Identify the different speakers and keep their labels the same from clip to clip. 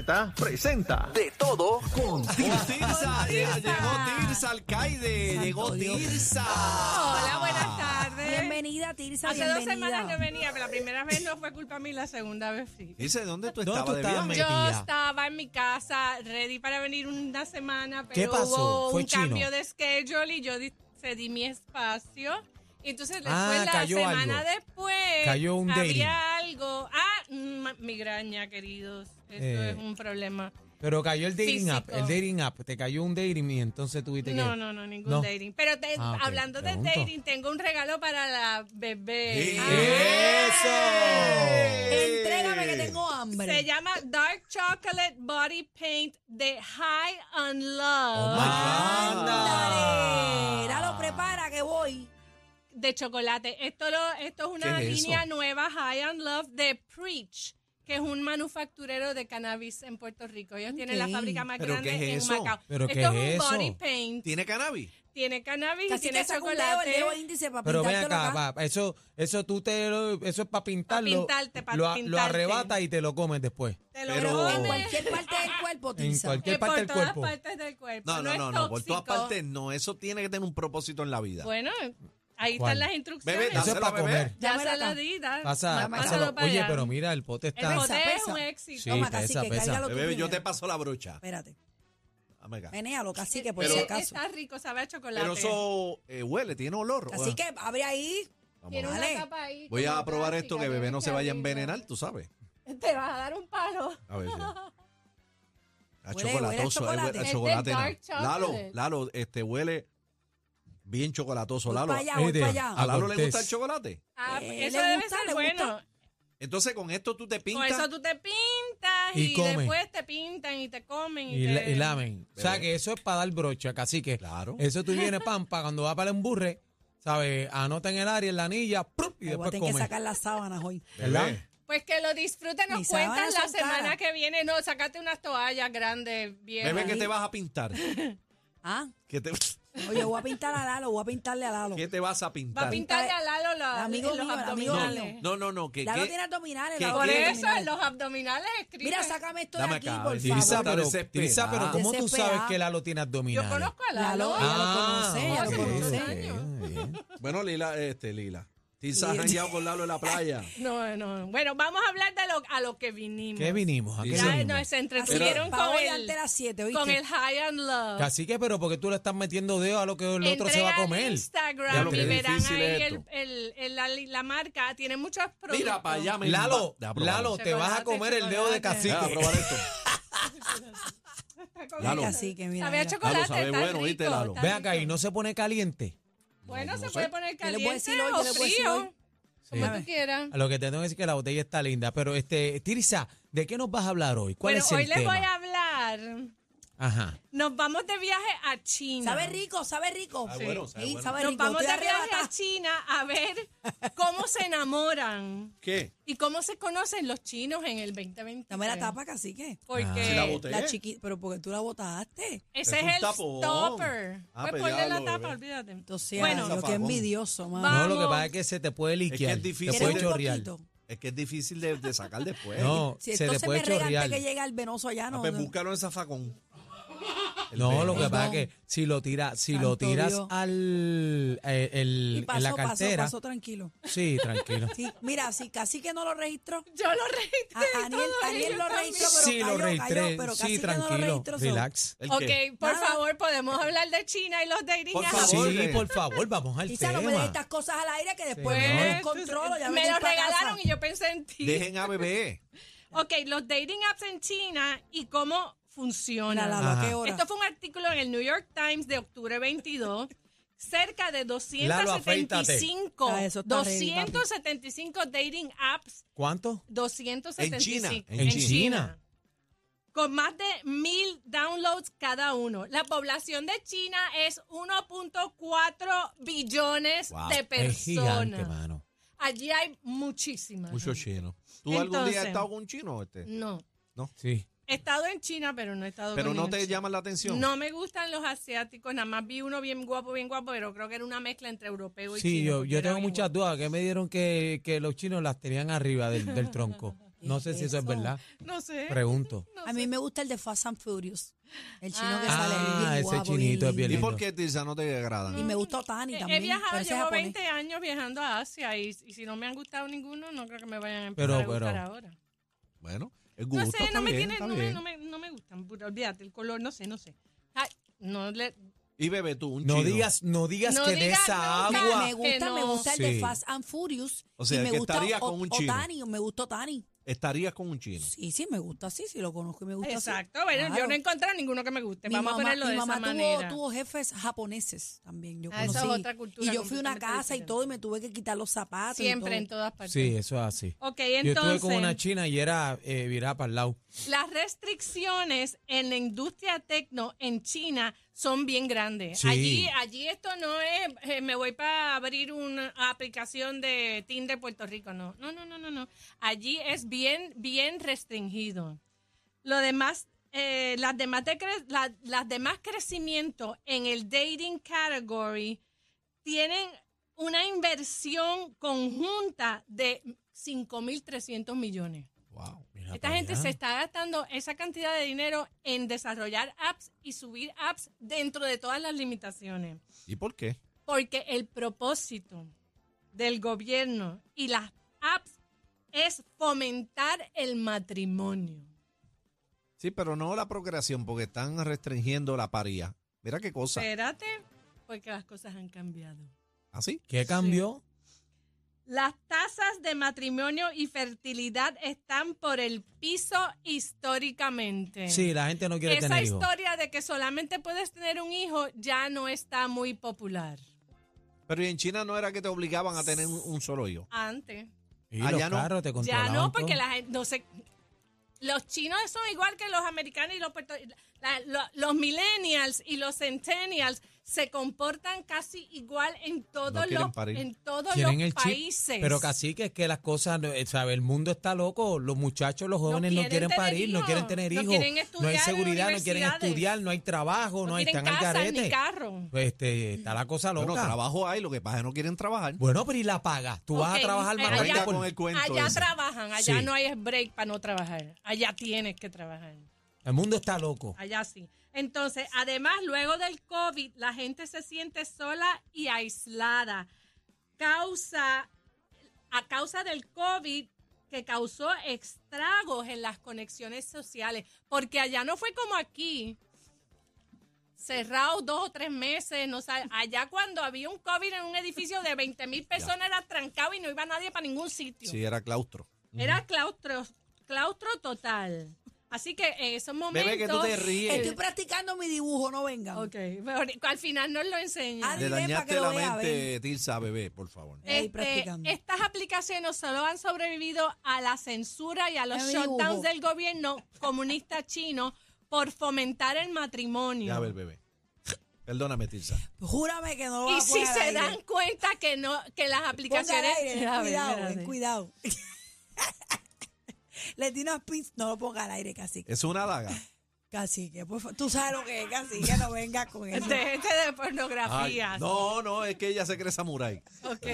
Speaker 1: Z presenta
Speaker 2: De todo con
Speaker 3: Tirsa, Tirsa, ya llegó Tirsa, alcaide,
Speaker 4: Santo
Speaker 3: llegó
Speaker 4: Dios.
Speaker 3: Tirsa.
Speaker 5: Hola, buenas tardes.
Speaker 4: Bienvenida, Tirsa,
Speaker 5: Hace dos
Speaker 4: bienvenida.
Speaker 5: semanas no venía, pero la primera vez no fue culpa mía, la segunda vez sí.
Speaker 3: Tirsa, ¿dónde tú
Speaker 6: ¿Dónde
Speaker 3: estabas
Speaker 6: tú
Speaker 3: de
Speaker 6: estabas,
Speaker 3: viaje?
Speaker 6: Mel?
Speaker 5: Yo
Speaker 6: Mentira.
Speaker 5: estaba en mi casa, ready para venir una semana, pero
Speaker 6: ¿Qué pasó?
Speaker 5: hubo
Speaker 6: ¿Fue
Speaker 5: un
Speaker 6: chino?
Speaker 5: cambio de schedule y yo di- cedí mi espacio. Y entonces después,
Speaker 6: Ah,
Speaker 5: la
Speaker 6: cayó
Speaker 5: semana
Speaker 6: algo.
Speaker 5: después,
Speaker 6: Cayó un
Speaker 5: había algo. Ah, mm, migraña, queridos. Esto
Speaker 6: Eh.
Speaker 5: es un problema.
Speaker 6: Pero cayó el dating
Speaker 5: Físico.
Speaker 6: app, el dating app, te cayó un dating y entonces tuviste que...
Speaker 5: No, no, no, ningún
Speaker 6: No.
Speaker 5: dating. Pero te-
Speaker 6: Ah, ok,
Speaker 5: hablando de
Speaker 6: pregunto.
Speaker 5: dating, tengo un regalo para la bebé. Ah.
Speaker 3: Sí. ¡Eso!
Speaker 4: Entrégame
Speaker 6: Eh.
Speaker 4: que tengo hambre.
Speaker 5: Se llama Dark Chocolate Body Paint de High on
Speaker 3: Oh
Speaker 5: Love.
Speaker 3: ¡Anda!
Speaker 4: Ándale, Dalo, prepara que voy.
Speaker 5: de chocolate. Esto, lo, esto es una
Speaker 3: ¿Qué es eso?
Speaker 5: línea nueva, High on Love, de Preach, que es un manufacturero de cannabis en Puerto Rico. Ellos tienen la
Speaker 4: Ok.
Speaker 5: fábrica más
Speaker 3: ¿Pero
Speaker 5: grande
Speaker 3: qué es
Speaker 5: en
Speaker 3: eso?
Speaker 5: Macao.
Speaker 6: ¿Pero
Speaker 5: esto
Speaker 6: qué
Speaker 5: es un
Speaker 6: es eso?
Speaker 5: body paint.
Speaker 3: ¿Tiene cannabis?
Speaker 5: Tiene cannabis y
Speaker 4: Casi
Speaker 5: tiene
Speaker 4: te saco un dedo, el
Speaker 5: chocolate.
Speaker 4: dedo índice para
Speaker 6: Pero ven
Speaker 4: pintártelo
Speaker 6: acá, va, eso, eso tú te lo- eso es para pintarlo.
Speaker 5: pintarte, pa'
Speaker 6: lo, a- Lo
Speaker 5: pintarte.
Speaker 6: arrebatas y te lo comes después.
Speaker 5: Te lo
Speaker 3: Pero-
Speaker 5: comes.
Speaker 4: En cualquier parte del cuerpo, Tirsa.
Speaker 6: cualquier-
Speaker 5: Eh,
Speaker 6: parte
Speaker 5: por
Speaker 6: del
Speaker 5: todas
Speaker 6: cuerpo.
Speaker 5: partes del cuerpo.
Speaker 3: No, no,
Speaker 5: es
Speaker 3: no, no, por todas
Speaker 5: tóxico.
Speaker 3: partes no, eso tiene que tener un propósito en la vida.
Speaker 5: Bueno, ahí
Speaker 6: ¿Cuál?
Speaker 5: están las instrucciones.
Speaker 3: Bebé,
Speaker 6: Eso es
Speaker 3: dáselo a
Speaker 6: para comer.
Speaker 3: bebé.
Speaker 5: Ya
Speaker 4: Dámela
Speaker 5: se
Speaker 4: acá.
Speaker 5: lo di, da-
Speaker 6: Pasa,
Speaker 4: Dame acá.
Speaker 6: pásalo.
Speaker 5: para
Speaker 6: Oye,
Speaker 5: allá.
Speaker 6: pero mira, el pote
Speaker 5: El
Speaker 6: está...
Speaker 4: Pesa,
Speaker 5: poder es
Speaker 4: pesa.
Speaker 5: un éxito.
Speaker 6: Sí,
Speaker 4: Toma, cacique,
Speaker 6: pesa, pesa.
Speaker 4: cárgalo tú
Speaker 3: Bebé, yo
Speaker 4: primero.
Speaker 3: te paso la brocha.
Speaker 4: Espérate.
Speaker 3: Dame acá.
Speaker 4: Menéalo, cacique, por
Speaker 5: Pero-
Speaker 4: si acaso.
Speaker 5: Está rico, sabe a chocolate.
Speaker 3: Pero eso eh, huele, tiene olor.
Speaker 4: Así que abre ahí.
Speaker 3: Vamos
Speaker 5: Tiene
Speaker 3: a-
Speaker 5: una
Speaker 4: Dale.
Speaker 5: capa ahí
Speaker 3: Voy a
Speaker 5: como
Speaker 3: probar
Speaker 5: plástica,
Speaker 3: esto que bebé no se vaya a
Speaker 5: arriba.
Speaker 3: envenenar, tú sabes.
Speaker 5: Te vas a dar un palo.
Speaker 3: A ver, sí. A
Speaker 4: Huele-
Speaker 3: chocolatoso, eh, huele
Speaker 4: huele a
Speaker 3: a
Speaker 4: chocolate.
Speaker 5: Es
Speaker 3: chocolate.
Speaker 5: del
Speaker 3: nada.
Speaker 5: dark chocolate.
Speaker 3: Lalo, Lalo, este huele bien chocolatoso,
Speaker 4: Voy
Speaker 3: Lalo. Eh,
Speaker 4: para allá, voy
Speaker 6: Mire,
Speaker 4: para allá.
Speaker 3: ¿A Lalo le
Speaker 6: Cortés.
Speaker 3: gusta el chocolate?
Speaker 5: Ah,
Speaker 4: Eh,
Speaker 5: eso
Speaker 4: ¿le
Speaker 5: debe
Speaker 4: gusta?
Speaker 5: ser
Speaker 4: ¿le
Speaker 5: bueno.
Speaker 4: gusta?
Speaker 3: Entonces con esto tú te
Speaker 5: Con
Speaker 3: pintas.
Speaker 5: eso tú te pintas
Speaker 6: Y
Speaker 5: y,
Speaker 6: come.
Speaker 5: después te pintan y te comen. Y,
Speaker 6: Y, la-
Speaker 5: te-
Speaker 6: y lamen. O sea,
Speaker 3: Bebé.
Speaker 6: que eso es para dar brocha, cacique.
Speaker 3: Claro.
Speaker 6: Eso tú vienes, pampa, cuando va para el emburre, ¿sabes? Anota en el área, en la anilla, ¡prup! y
Speaker 4: Ay, Voy
Speaker 6: después
Speaker 4: a tener que
Speaker 6: come.
Speaker 4: sacar las sábanas hoy.
Speaker 3: Bebé,
Speaker 6: ¿verdad?
Speaker 5: Pues que lo disfruten, nos
Speaker 4: Mis
Speaker 5: cuentan
Speaker 4: sábanas
Speaker 5: la
Speaker 4: son
Speaker 5: semana
Speaker 4: caras.
Speaker 5: que viene. No, sacate unas toallas grandes, viejas.
Speaker 3: Bebé, que te vas a pintar.
Speaker 4: Ah,
Speaker 3: ¿Qué te,
Speaker 4: oye, voy a pintar a Lalo, voy a pintarle a Lalo.
Speaker 3: qué te vas a pintar?
Speaker 5: Va a pintarle a Lalo la-
Speaker 4: Amigo
Speaker 5: los
Speaker 4: mío, amigo
Speaker 5: abdominales.
Speaker 4: mío.
Speaker 3: No, no, no. Que,
Speaker 4: Lalo
Speaker 3: que-
Speaker 4: tiene abdominales.
Speaker 3: ¿Qué
Speaker 4: Lalo
Speaker 5: Por
Speaker 4: tiene
Speaker 3: quiere?
Speaker 5: eso, en
Speaker 4: abdominales.
Speaker 5: los abdominales escriben.
Speaker 4: Mira, sácame esto de
Speaker 3: Dame
Speaker 4: aquí,
Speaker 3: acá,
Speaker 4: por
Speaker 3: Tirsa,
Speaker 6: Tirsa,
Speaker 4: favor.
Speaker 3: está
Speaker 6: pero,
Speaker 3: desesperada.
Speaker 6: Tirsa, pero ¿cómo tú
Speaker 4: Desesperada.
Speaker 6: sabes que Lalo tiene
Speaker 5: Yo
Speaker 6: abdominales?
Speaker 5: conozco a Lalo.
Speaker 4: Lalo,
Speaker 5: yo lo
Speaker 6: Ah,
Speaker 4: ya lo conoce, ya lo
Speaker 6: ok,
Speaker 4: conoce.
Speaker 6: ok,
Speaker 5: Años.
Speaker 6: ok.
Speaker 3: Bueno, Lila, este, Lila. Tirsa ha
Speaker 4: Lila.
Speaker 3: jangueado con Lalo en la playa.
Speaker 5: No, no. Bueno, vamos a hablar de lo, a lo que vinimos.
Speaker 6: ¿Qué vinimos? ¿A qué
Speaker 3: Ya,
Speaker 5: Ya,
Speaker 6: vinimos?
Speaker 5: no, se
Speaker 4: Así
Speaker 5: entretuvieron
Speaker 4: que
Speaker 5: con
Speaker 4: pa' hoy
Speaker 5: el,
Speaker 4: antes de las 7, ¿oíste?
Speaker 5: con el High and Love.
Speaker 6: Así que, pero ¿por qué tú le estás metiendo dedo a lo que el otro se va a
Speaker 5: Entren al
Speaker 6: comer?
Speaker 3: Ya
Speaker 5: Instagram
Speaker 3: lo
Speaker 5: y
Speaker 3: que
Speaker 5: verán
Speaker 3: difícil
Speaker 5: ahí
Speaker 3: es
Speaker 5: el,
Speaker 3: esto.
Speaker 5: el- el- la, la marca. Tiene muchos productos.
Speaker 3: Mira para allá, me
Speaker 6: Lalo,
Speaker 3: Deja probar.
Speaker 6: Lalo, te vas a
Speaker 5: Chocolate,
Speaker 6: comer el dedo de
Speaker 5: chocolate.
Speaker 3: Deja
Speaker 6: cacique.
Speaker 3: probar esto.
Speaker 5: Está con-
Speaker 3: Lalo.
Speaker 4: Así que mira,
Speaker 5: Sabe a
Speaker 4: mira.
Speaker 5: chocolate,
Speaker 3: Lalo sabe
Speaker 5: está
Speaker 3: bueno,
Speaker 5: rico,
Speaker 3: ¿viste, Lalo?
Speaker 5: está
Speaker 6: Ve acá y
Speaker 5: rico.
Speaker 6: no se pone caliente.
Speaker 5: Bueno,
Speaker 3: No,
Speaker 5: se
Speaker 3: no
Speaker 5: puede
Speaker 3: sé.
Speaker 5: poner
Speaker 4: Yo le puedo
Speaker 5: caliente
Speaker 4: decir hoy, yo
Speaker 5: o
Speaker 4: le puedo decir hoy.
Speaker 5: frío, como
Speaker 4: Sí.
Speaker 5: tú quieras.
Speaker 6: A lo que te tengo que decir que la botella está linda. Pero, este, Tirsa, ¿de qué nos vas a hablar hoy? ¿Cuál
Speaker 5: Bueno,
Speaker 6: es el
Speaker 5: hoy les
Speaker 6: tema?
Speaker 5: voy a hablar.
Speaker 6: Ajá.
Speaker 5: Nos vamos de viaje a China.
Speaker 4: Sabe rico, sabe rico.
Speaker 3: Sabe bueno, sabe
Speaker 4: Sí,
Speaker 3: bueno.
Speaker 4: sabe
Speaker 5: Nos
Speaker 4: rico.
Speaker 5: vamos de
Speaker 4: Estoy
Speaker 5: viaje a
Speaker 4: arrebatada.
Speaker 5: China a ver cómo se enamoran
Speaker 3: ¿Qué?
Speaker 5: y cómo se conocen los chinos en el 2020.
Speaker 4: Dame la tapa,
Speaker 3: Si Ah.
Speaker 4: cacique.
Speaker 3: la
Speaker 5: Porque
Speaker 3: boté.
Speaker 4: La chiquita, pero porque tú la botaste.
Speaker 5: ese
Speaker 3: Es
Speaker 5: es,
Speaker 3: un
Speaker 5: el
Speaker 3: tapón.
Speaker 5: stopper.
Speaker 3: Ah,
Speaker 5: pues
Speaker 3: pues
Speaker 5: ponle la
Speaker 3: diablo,
Speaker 5: tapa,
Speaker 3: bebé.
Speaker 5: olvídate.
Speaker 4: Entonces,
Speaker 5: Bueno.
Speaker 4: bueno, yo qué
Speaker 3: Zafagón.
Speaker 4: envidioso, mano.
Speaker 5: Va-
Speaker 6: No, lo que
Speaker 5: Vamos.
Speaker 6: pasa es que se te puede liquear.
Speaker 3: Es que es
Speaker 6: Te
Speaker 3: difícil.
Speaker 6: puede
Speaker 3: ¿Quieres
Speaker 4: un
Speaker 6: chorrear.
Speaker 4: poquito?
Speaker 3: Es que es difícil de, de sacar después.
Speaker 6: No,
Speaker 4: Si
Speaker 6: se le
Speaker 4: entonces
Speaker 6: puede
Speaker 4: me rega
Speaker 6: chorrear.
Speaker 4: antes que llega el venoso allá,
Speaker 3: Ah,
Speaker 4: no.
Speaker 3: pues
Speaker 4: no.
Speaker 3: búscalo en zafacón. El
Speaker 6: No,
Speaker 3: pelo.
Speaker 6: lo que pasa es
Speaker 4: Perdón.
Speaker 6: que si lo tiras, si lo
Speaker 4: Santo
Speaker 6: tiras
Speaker 4: Dios.
Speaker 6: al eh, el-
Speaker 4: Y pasó,
Speaker 6: en la
Speaker 4: pasó,
Speaker 6: cartera.
Speaker 4: pasó tranquilo.
Speaker 6: Sí, tranquilo.
Speaker 4: Sí, mira, si cacique no lo registró.
Speaker 5: Yo lo registré.
Speaker 4: A, Aniel, Aniel Ah, lo registró, pero
Speaker 6: sí,
Speaker 4: cayó,
Speaker 6: lo registré.
Speaker 4: cayó, pero
Speaker 6: sí,
Speaker 4: cacique no lo
Speaker 6: tranquilo.
Speaker 4: registró. so.
Speaker 6: Relax.
Speaker 3: ¿El qué?
Speaker 5: Ok, por
Speaker 4: Nada.
Speaker 5: favor, podemos hablar de China y los dating
Speaker 3: Por
Speaker 5: apps? Pues,
Speaker 3: favor.
Speaker 6: Sí,
Speaker 3: eh.
Speaker 6: por favor, vamos al
Speaker 4: Quizá
Speaker 6: tema.
Speaker 4: no me den estas cosas al aire que después
Speaker 6: Señor.
Speaker 4: no
Speaker 5: Pues,
Speaker 4: los Este controlo. Ya
Speaker 5: me
Speaker 4: voy
Speaker 5: lo
Speaker 4: pa' casa.
Speaker 5: regalaron y yo pensé en ti.
Speaker 3: Dejen a bebé.
Speaker 5: Ok, los dating apps en China y cómo
Speaker 4: Mira,
Speaker 5: funcionan.
Speaker 4: Lalo, ¿a qué
Speaker 6: Ajá.
Speaker 4: hora?
Speaker 5: Esto fue un artículo en el New York Times de octubre 22. Cerca de
Speaker 6: Lalo, afeítate.
Speaker 5: 275,
Speaker 4: Ah, eso está ready, papi.
Speaker 5: 275 dating apps,
Speaker 6: ¿Cuánto?
Speaker 5: 275
Speaker 3: En China,
Speaker 6: en China.
Speaker 5: Con más de mil downloads cada uno. La población de China es 1.4 billones
Speaker 3: Wow,
Speaker 5: de
Speaker 6: Es gigante,
Speaker 5: personas.
Speaker 6: mano.
Speaker 5: Allí hay muchísimas.
Speaker 3: Mucho chino. ¿Tú algún
Speaker 5: Entonces-
Speaker 3: día has estado con un chino? Este?
Speaker 5: No.
Speaker 6: Sí.
Speaker 5: He estado en China, pero no he estado
Speaker 3: Pero
Speaker 5: con
Speaker 3: no
Speaker 5: ningún
Speaker 3: te
Speaker 5: chino.
Speaker 3: llama la atención.
Speaker 5: No me gustan los asiáticos, nada más vi uno bien guapo, bien guapo, pero creo que era una mezcla entre europeo y
Speaker 6: Sí,
Speaker 5: chino.
Speaker 6: yo,
Speaker 5: porque
Speaker 6: yo
Speaker 5: era
Speaker 6: tengo
Speaker 5: bien
Speaker 6: muchas dudas que me dieron que, que los chinos las tenían arriba del, del tronco. No sé si eso es verdad.
Speaker 5: No sé.
Speaker 6: Pregunto.
Speaker 4: A mí me gusta el de Fast and Furious. El chino que
Speaker 5: Ah,
Speaker 4: sale bien
Speaker 6: ese
Speaker 4: guapo,
Speaker 6: chinito es bien
Speaker 3: ¿Y
Speaker 6: lindo.
Speaker 3: por qué Tirsa no te
Speaker 4: Y
Speaker 3: agradan?
Speaker 4: me gusta Otani
Speaker 5: He-
Speaker 4: también.
Speaker 5: He viajado,
Speaker 4: pero ese
Speaker 5: llevo
Speaker 4: japonés.
Speaker 5: 20 años viajando a Asia y, y si no me han gustado ninguno, no creo que me vayan a empezar
Speaker 6: Pero,
Speaker 5: a gustar
Speaker 6: pero,
Speaker 5: ahora.
Speaker 3: Bueno, el
Speaker 5: No
Speaker 3: gusto
Speaker 5: sé,
Speaker 3: está
Speaker 5: no me,
Speaker 3: bien,
Speaker 5: tienen,
Speaker 3: está
Speaker 5: no, me,
Speaker 3: bien.
Speaker 5: no, me, no me gustan, puta, olvídate, el color, no sé, no sé. Ay, no le,
Speaker 3: Y bebe tú, un
Speaker 6: No
Speaker 3: chino.
Speaker 6: digas, no digas
Speaker 5: No
Speaker 6: que de
Speaker 5: digas
Speaker 6: esa
Speaker 5: nunca.
Speaker 6: agua.
Speaker 4: Me gusta,
Speaker 5: Que
Speaker 4: me
Speaker 5: no.
Speaker 4: gusta el de
Speaker 6: Sí.
Speaker 4: Fast and Furious.
Speaker 3: O sea,
Speaker 4: y me
Speaker 3: que
Speaker 4: gusta
Speaker 3: estaría
Speaker 4: O-
Speaker 3: con un chino.
Speaker 4: Otani, me gusta Otani.
Speaker 3: Estarías con un chino.
Speaker 4: Sí, sí, me gusta así, sí lo conozco y me gusta así.
Speaker 5: Exacto, bueno, yo
Speaker 4: Claro.
Speaker 5: no he encontrado ninguno que me guste.
Speaker 4: Mi
Speaker 5: Vamos
Speaker 4: mamá,
Speaker 5: a ponerlo
Speaker 4: mi
Speaker 5: de
Speaker 4: mamá
Speaker 5: esa
Speaker 4: tuvo,
Speaker 5: manera.
Speaker 4: tuvo jefes japoneses también, yo
Speaker 5: Ah, esa es
Speaker 4: conocí.
Speaker 5: otra cultura
Speaker 4: y yo fui a una
Speaker 5: completamente
Speaker 4: casa y
Speaker 5: diferente.
Speaker 4: todo y me tuve que quitar los zapatos y
Speaker 5: Siempre, en
Speaker 4: todo.
Speaker 5: todas partes.
Speaker 6: Sí, eso es así.
Speaker 5: Ok,
Speaker 6: Yo estuve con una
Speaker 5: entonces,
Speaker 6: china y era eh, virada para el lado.
Speaker 5: las restricciones en la industria tecno en China son bien grandes.
Speaker 6: Sí.
Speaker 5: Allí, allí esto no es, eh, me voy para abrir una aplicación de Tinder Puerto Rico, no. No, no, no, no, no. Allí es bien, bien restringido. Lo demás, eh, las, demás de cre- la- las demás crecimiento en el dating category tienen una inversión conjunta de 5.300 millones.
Speaker 3: Wow.
Speaker 6: Mira
Speaker 5: Esta
Speaker 6: pa'
Speaker 5: gente
Speaker 6: allá.
Speaker 5: se está gastando esa cantidad de dinero en desarrollar apps y subir apps dentro de todas las limitaciones.
Speaker 3: ¿Y por qué?
Speaker 5: Porque el propósito del gobierno y las apps es fomentar el matrimonio.
Speaker 3: Sí, pero no la procreación, porque están restringiendo la paría. Mira qué cosa.
Speaker 5: Espérate, porque las cosas han cambiado.
Speaker 3: ¿Así?
Speaker 6: ¿Qué cambió?
Speaker 5: Las tasas de matrimonio y fertilidad están por el piso históricamente.
Speaker 6: Sí, la gente no quiere
Speaker 5: Esa
Speaker 6: tener hijos.
Speaker 5: historia de que solamente puedes tener un hijo ya no está muy popular.
Speaker 3: Pero ¿y en China no era que te obligaban a tener un, un solo hijo.
Speaker 5: Antes.
Speaker 6: Y
Speaker 3: Ah,
Speaker 6: los
Speaker 3: ya no.
Speaker 6: carros te
Speaker 5: Ya
Speaker 6: controlaban
Speaker 5: no, porque
Speaker 6: todo.
Speaker 5: la gente no se- Los chinos son igual que los americanos y los puerto- la- lo- los millennials y los centennials se comportan casi igual en
Speaker 3: No
Speaker 5: todos
Speaker 3: quieren
Speaker 5: los
Speaker 3: parir.
Speaker 5: en todos
Speaker 6: Tienen
Speaker 5: los
Speaker 6: el chip,
Speaker 5: países.
Speaker 6: Pero casi que es que las cosas, no- eh, sabe, el mundo está loco, los muchachos, los jóvenes no quieren,
Speaker 5: quieren tener
Speaker 6: parir, no quieren
Speaker 5: hijos,
Speaker 6: tener
Speaker 5: no
Speaker 6: hijos,
Speaker 5: quieren
Speaker 6: no
Speaker 5: estudiar
Speaker 6: hay
Speaker 5: en
Speaker 6: seguridad, no quieren
Speaker 5: universidades.
Speaker 6: estudiar, no hay trabajo, no, hay
Speaker 5: tienen
Speaker 6: están
Speaker 5: casa
Speaker 6: al
Speaker 5: ni
Speaker 6: garete.
Speaker 5: carro.
Speaker 6: Pues, este, está la cosa loca.
Speaker 3: Bueno,
Speaker 6: Bueno,
Speaker 3: trabajo hay, lo que pasa es que no quieren trabajar.
Speaker 6: pero y la paga. Tú vas
Speaker 5: Ok,
Speaker 6: a trabajar
Speaker 5: eh,
Speaker 6: más
Speaker 5: allá-
Speaker 6: tarde por-
Speaker 3: con el cuento
Speaker 5: Allá
Speaker 3: ese.
Speaker 5: trabajan, allá
Speaker 6: Sí.
Speaker 5: no hay break para no trabajar. Allá tienes que trabajar.
Speaker 6: El mundo está loco.
Speaker 5: Allá sí. Entonces, además, luego del COVID, la gente se siente sola y aislada. Causa, a causa del COVID, que causó estragos en las conexiones sociales. Porque allá no fue como aquí. Cerrado dos o tres meses, no sé. Allá cuando había un COVID en un edificio de 20 mil personas era trancado y no iba nadie para ningún sitio.
Speaker 3: Sí, era claustro.
Speaker 5: Era claustro, claustro total. Así que en esos momentos.
Speaker 3: Bebé, que tú te ríes.
Speaker 4: Estoy practicando mi dibujo, no vengan.
Speaker 5: Ok, pero al final nos lo enseña.
Speaker 4: Ari-
Speaker 3: Le
Speaker 4: Dile pa'
Speaker 3: dañaste
Speaker 4: que lo
Speaker 3: la
Speaker 4: vea,
Speaker 3: mente, Tirsa, bebé, por favor.
Speaker 4: ahí
Speaker 5: Este,
Speaker 4: practicando.
Speaker 5: estas aplicaciones solo han sobrevivido a la censura y a los
Speaker 4: Ya me
Speaker 5: shutdowns
Speaker 4: dibujó.
Speaker 5: del gobierno comunista chino por fomentar el matrimonio.
Speaker 3: Ya ver, bebé. Perdóname, Tirsa.
Speaker 4: Júrame que no lo
Speaker 5: y
Speaker 4: vas a
Speaker 5: si
Speaker 4: poner al
Speaker 5: se
Speaker 4: aire.
Speaker 5: dan cuenta que no que las
Speaker 4: Ponga al
Speaker 5: aplicaciones
Speaker 4: aire,
Speaker 5: Ya ves,
Speaker 4: ten cuidado,
Speaker 5: espérate.
Speaker 4: ten cuidado. Le di unas pins, no lo ponga al aire, casi.
Speaker 3: Es una daga.
Speaker 4: Casi que, por fa- tú sabes lo que es, casi que no venga con eso.
Speaker 5: Déjate Este, de pornografías.
Speaker 3: Ay, no, no, es que ella se cree samurái.
Speaker 5: Ok.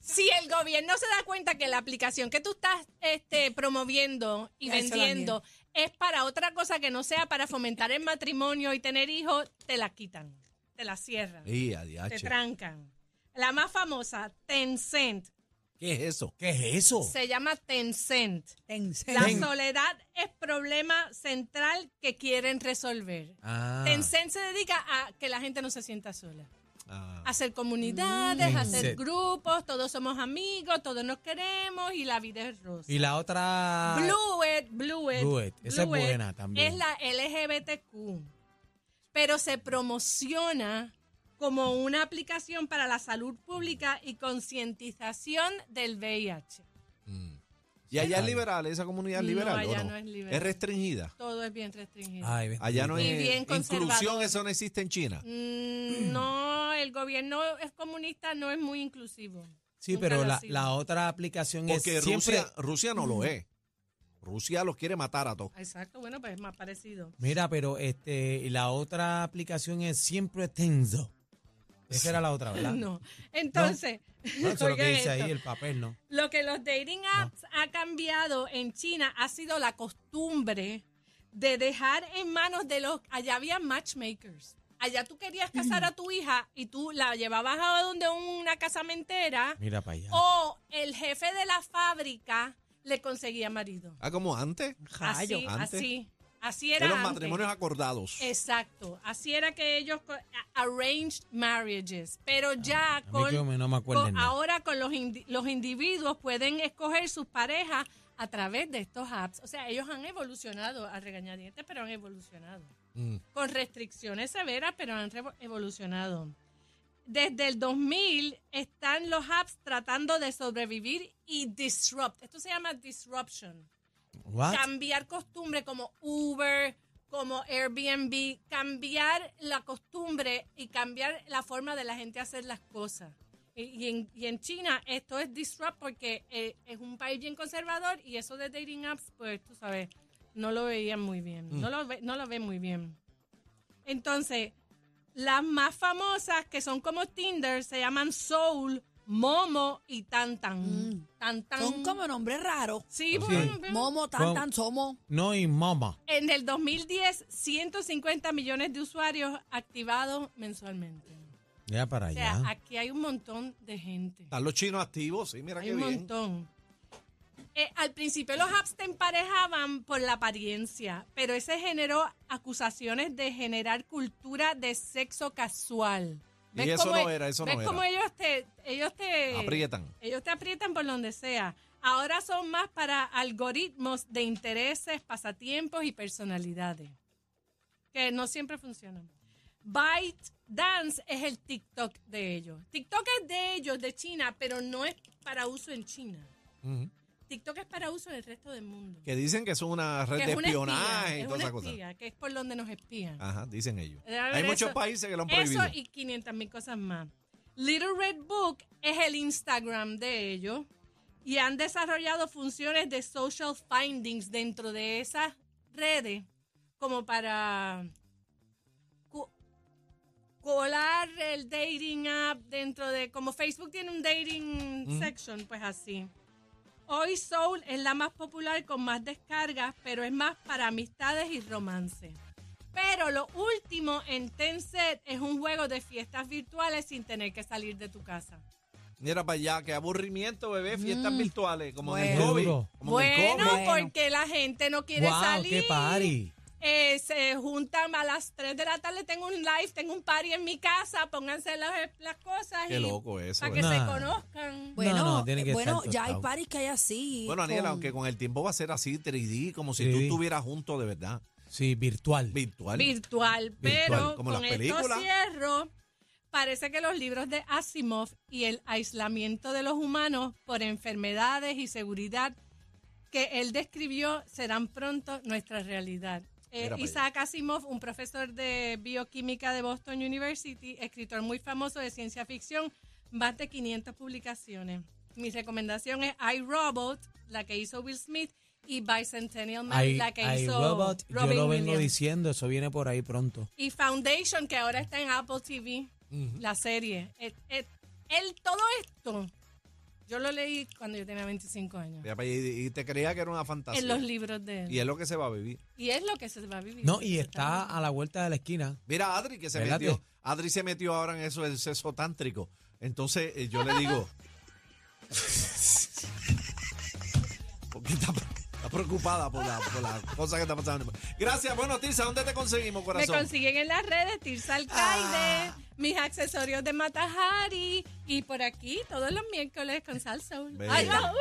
Speaker 5: Si el gobierno se da cuenta que la aplicación que tú estás este, promoviendo y
Speaker 4: Ya, eso
Speaker 5: vendiendo es para otra cosa que no sea para fomentar el matrimonio y tener hijos, te la quitan, te la cierran,
Speaker 3: Y
Speaker 5: te
Speaker 3: adiache.
Speaker 5: trancan. La más famosa, Tencent,
Speaker 3: ¿Qué es eso?
Speaker 6: ¿Qué es eso?
Speaker 5: se llama Tencent.
Speaker 4: Tense.
Speaker 5: La
Speaker 6: Ten-
Speaker 5: soledad es problema central que quieren resolver.
Speaker 6: Ah,
Speaker 5: Tencent se dedica a que la gente no se sienta sola.
Speaker 3: Ah,
Speaker 5: hacer comunidades,
Speaker 6: Mm.
Speaker 5: hacer
Speaker 6: Mindset.
Speaker 5: grupos, todos somos amigos, todos nos queremos y la vida es rosa.
Speaker 6: y la otra...
Speaker 5: Bluet, Bluet,
Speaker 6: Bluet, esa es
Speaker 5: Bluet
Speaker 6: buena también.
Speaker 5: Es la LGBTQ, pero se promociona como una aplicación para la salud pública y concientización del VIH.
Speaker 3: mm. Y allá es liberal, esa comunidad es
Speaker 5: No,
Speaker 3: liberal. ¿o
Speaker 5: allá no es liberal.
Speaker 3: Es restringida.
Speaker 5: Todo es bien restringido.
Speaker 6: Ay, bendito.
Speaker 3: Allá no
Speaker 5: Y
Speaker 3: hay
Speaker 5: bien
Speaker 3: inclusión,
Speaker 5: conservador.
Speaker 3: eso no existe en China.
Speaker 5: Mm, No, el gobierno es comunista, no es muy inclusivo.
Speaker 6: Sí,
Speaker 5: Nunca
Speaker 6: pero
Speaker 5: lo ha
Speaker 6: la,
Speaker 5: sido.
Speaker 6: la otra aplicación
Speaker 3: Porque
Speaker 6: es siempre...
Speaker 3: Rusia, Rusia no lo es. Rusia los quiere matar a todos.
Speaker 5: Exacto, bueno, pues es más parecido.
Speaker 6: Mira, pero este, y la otra aplicación es siempre Tenzo. Esa era la otra, ¿verdad?
Speaker 5: No. Entonces,
Speaker 6: No, eso es lo que
Speaker 5: oigan
Speaker 6: dice ahí,
Speaker 5: esto.
Speaker 6: el papel, ¿no?
Speaker 5: Lo que los dating apps ha cambiado en China ha sido la costumbre de dejar en manos de los... Allá había matchmakers. Allá tú querías casar a tu hija y tú la llevabas a donde una casamentera
Speaker 6: Mira para allá.
Speaker 5: o el jefe de la fábrica le conseguía marido.
Speaker 3: Ah, como antes.
Speaker 4: Rayo.
Speaker 5: Así,
Speaker 3: Antes.
Speaker 5: así. Así
Speaker 3: De
Speaker 5: era
Speaker 3: los
Speaker 5: antes.
Speaker 3: matrimonios acordados.
Speaker 5: Exacto. Así era que ellos... co- a- Arranged marriages. Pero ya
Speaker 6: A mí
Speaker 5: con...
Speaker 6: que yo me- no me acuerdo
Speaker 5: Con-
Speaker 6: nada.
Speaker 5: ahora con los, indi- los individuos pueden escoger sus parejas a través de estos apps. O sea, ellos han evolucionado a regañadientes, pero han evolucionado.
Speaker 3: Mm.
Speaker 5: Con restricciones severas, pero han revo- evolucionado. Desde el 2000 están los apps tratando de sobrevivir y disrupt. Esto se llama disruption.
Speaker 6: What?
Speaker 5: Cambiar costumbre como Uber, como Airbnb, cambiar la costumbre y cambiar la forma de la gente hacer las cosas. Y, y en, y en China esto es disrupt porque eh, es un país bien conservador y eso de dating apps, pues tú sabes, no lo veían muy bien. No, lo ve- no lo ven muy bien. Entonces, las más famosas que son como Tinder se llaman Soul, Momo y Tantan.
Speaker 4: Mm.
Speaker 5: Tantan.
Speaker 4: Son como nombres raros.
Speaker 5: Sí,
Speaker 6: Sí.
Speaker 5: bueno,
Speaker 4: Momo, tan,
Speaker 6: Son-
Speaker 4: tan, somo.
Speaker 6: No y mama.
Speaker 5: En el 2010, 150 millones de usuarios activados mensualmente.
Speaker 6: Ya para
Speaker 5: O sea,
Speaker 6: allá.
Speaker 5: aquí hay un montón de gente.
Speaker 3: Están los chinos activos, sí, mira
Speaker 5: Hay
Speaker 3: Ah, qué
Speaker 5: un
Speaker 3: bien.
Speaker 5: montón. Eh, al principio los apps te emparejaban por la apariencia, pero ese generó acusaciones de generar cultura de sexo casual.
Speaker 3: Y eso
Speaker 5: cómo
Speaker 3: no
Speaker 5: e-
Speaker 3: era, eso
Speaker 5: ves
Speaker 3: no
Speaker 5: cómo
Speaker 3: era.
Speaker 5: ellos te, ellos te
Speaker 3: Aprietan.
Speaker 5: ellos te aprietan por donde sea. Ahora son más para algoritmos de intereses, pasatiempos y personalidades, que no siempre funcionan. Byte Dance es el TikTok de ellos. TikTok es de ellos, de China, pero no es para uso en China.
Speaker 3: Ujú.
Speaker 5: TikTok es para uso en el resto del mundo.
Speaker 3: Que dicen que son una red
Speaker 5: Que
Speaker 3: de
Speaker 5: es una
Speaker 3: espionaje
Speaker 5: espía,
Speaker 3: y
Speaker 5: es
Speaker 3: todas
Speaker 5: una
Speaker 3: esas cosas.
Speaker 5: espía, que es por donde nos espían.
Speaker 3: Ajá, dicen ellos.
Speaker 5: Debe
Speaker 3: Hay
Speaker 5: haber
Speaker 3: muchos
Speaker 5: eso.
Speaker 3: países que lo han
Speaker 5: Eso
Speaker 3: prohibido.
Speaker 5: y 500 mil cosas más. Little Red Book es el Instagram de ellos y han desarrollado funciones de social findings dentro de esas redes como para co- colar el dating app dentro de como Facebook tiene un dating
Speaker 3: Ujú.
Speaker 5: section, pues así. Hoy Soul es la más popular con más descargas, pero es más para amistades y romance. Pero lo último en Tencent es un juego de fiestas virtuales sin tener que salir de tu casa.
Speaker 3: Mira para allá, qué aburrimiento, bebé, fiestas virtuales, como en el
Speaker 4: Bueno.
Speaker 3: COVID.
Speaker 6: Duro.
Speaker 3: Como en el
Speaker 5: Mm. Bueno,
Speaker 3: COVID.
Speaker 4: Bueno.
Speaker 5: porque la gente no quiere
Speaker 6: Wow,
Speaker 5: salir.
Speaker 6: qué party.
Speaker 5: Eh, se juntan a las 3 de la tarde, tengo un live, tengo un party en mi casa, pónganse las, las cosas
Speaker 3: Qué
Speaker 5: y
Speaker 3: loco eso, eh.
Speaker 5: para que
Speaker 6: ¿verdad?
Speaker 5: se
Speaker 6: Nah.
Speaker 5: conozcan.
Speaker 4: Bueno, eh,
Speaker 6: no, tiene que
Speaker 4: bueno
Speaker 6: estar
Speaker 4: ya hay
Speaker 6: tostado.
Speaker 4: paris que hay así.
Speaker 3: Bueno, Daniel,
Speaker 4: con-
Speaker 3: aunque con el tiempo va a ser así 3D, como si
Speaker 6: Sí.
Speaker 3: tú estuvieras junto de verdad.
Speaker 6: Sí, virtual.
Speaker 3: Virtual.
Speaker 5: virtual, pero
Speaker 3: como
Speaker 5: con
Speaker 3: las
Speaker 5: esto
Speaker 3: películas.
Speaker 5: cierro. Parece que los libros de Asimov y el aislamiento de los humanos por enfermedades y seguridad que él describió serán pronto nuestra realidad. Eh,
Speaker 3: Mira pa' allá.
Speaker 5: Isaac Asimov, un profesor de bioquímica de Boston University, escritor muy famoso de ciencia ficción, más de 500 publicaciones. Mi recomendación es I, Robot, la que hizo Will Smith, y Bicentennial Man,
Speaker 6: Hay,
Speaker 5: la que
Speaker 6: hay
Speaker 5: hizo
Speaker 6: robot,
Speaker 5: Robin
Speaker 6: yo lo vengo
Speaker 5: Williams
Speaker 6: diciendo, eso viene por ahí pronto.
Speaker 5: y Foundation, que ahora está en Apple TV, la serie. Eh, eh, él, todo esto, yo lo leí cuando yo tenía 25 años,
Speaker 3: Mira pa' allá, Y, y te creía que era una fantasía.
Speaker 5: en los libros de él.
Speaker 3: y es lo que se va a vivir.
Speaker 5: Y es lo que se va a vivir.
Speaker 6: No, y
Speaker 5: Se
Speaker 6: está a la vuelta de la esquina.
Speaker 3: Mira, Adri, que se
Speaker 6: Espérate.
Speaker 3: metió. Adri se metió ahora en eso del sexo tántrico. Entonces, eh, yo le digo. porque está, está preocupada por la, por la cosa que está pasando. Gracias, bueno, Tirsa, ¿dónde te conseguimos,
Speaker 5: Me
Speaker 3: corazón? Ah.
Speaker 5: consiguen en las redes Tirsa Alcaide, mis accesorios de Matajari y por aquí todos los miércoles con Salsa.
Speaker 3: Bella.
Speaker 5: Ay, no,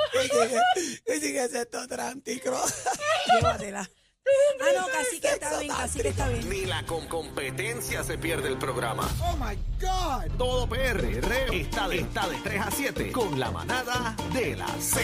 Speaker 4: Llévatela. Ah, no, casi que está bien, casi que está bien.
Speaker 1: Ni la con competencia se pierde el programa. Oh my God. Todo PR está de, está de 3 a 7 con la manada de la Z.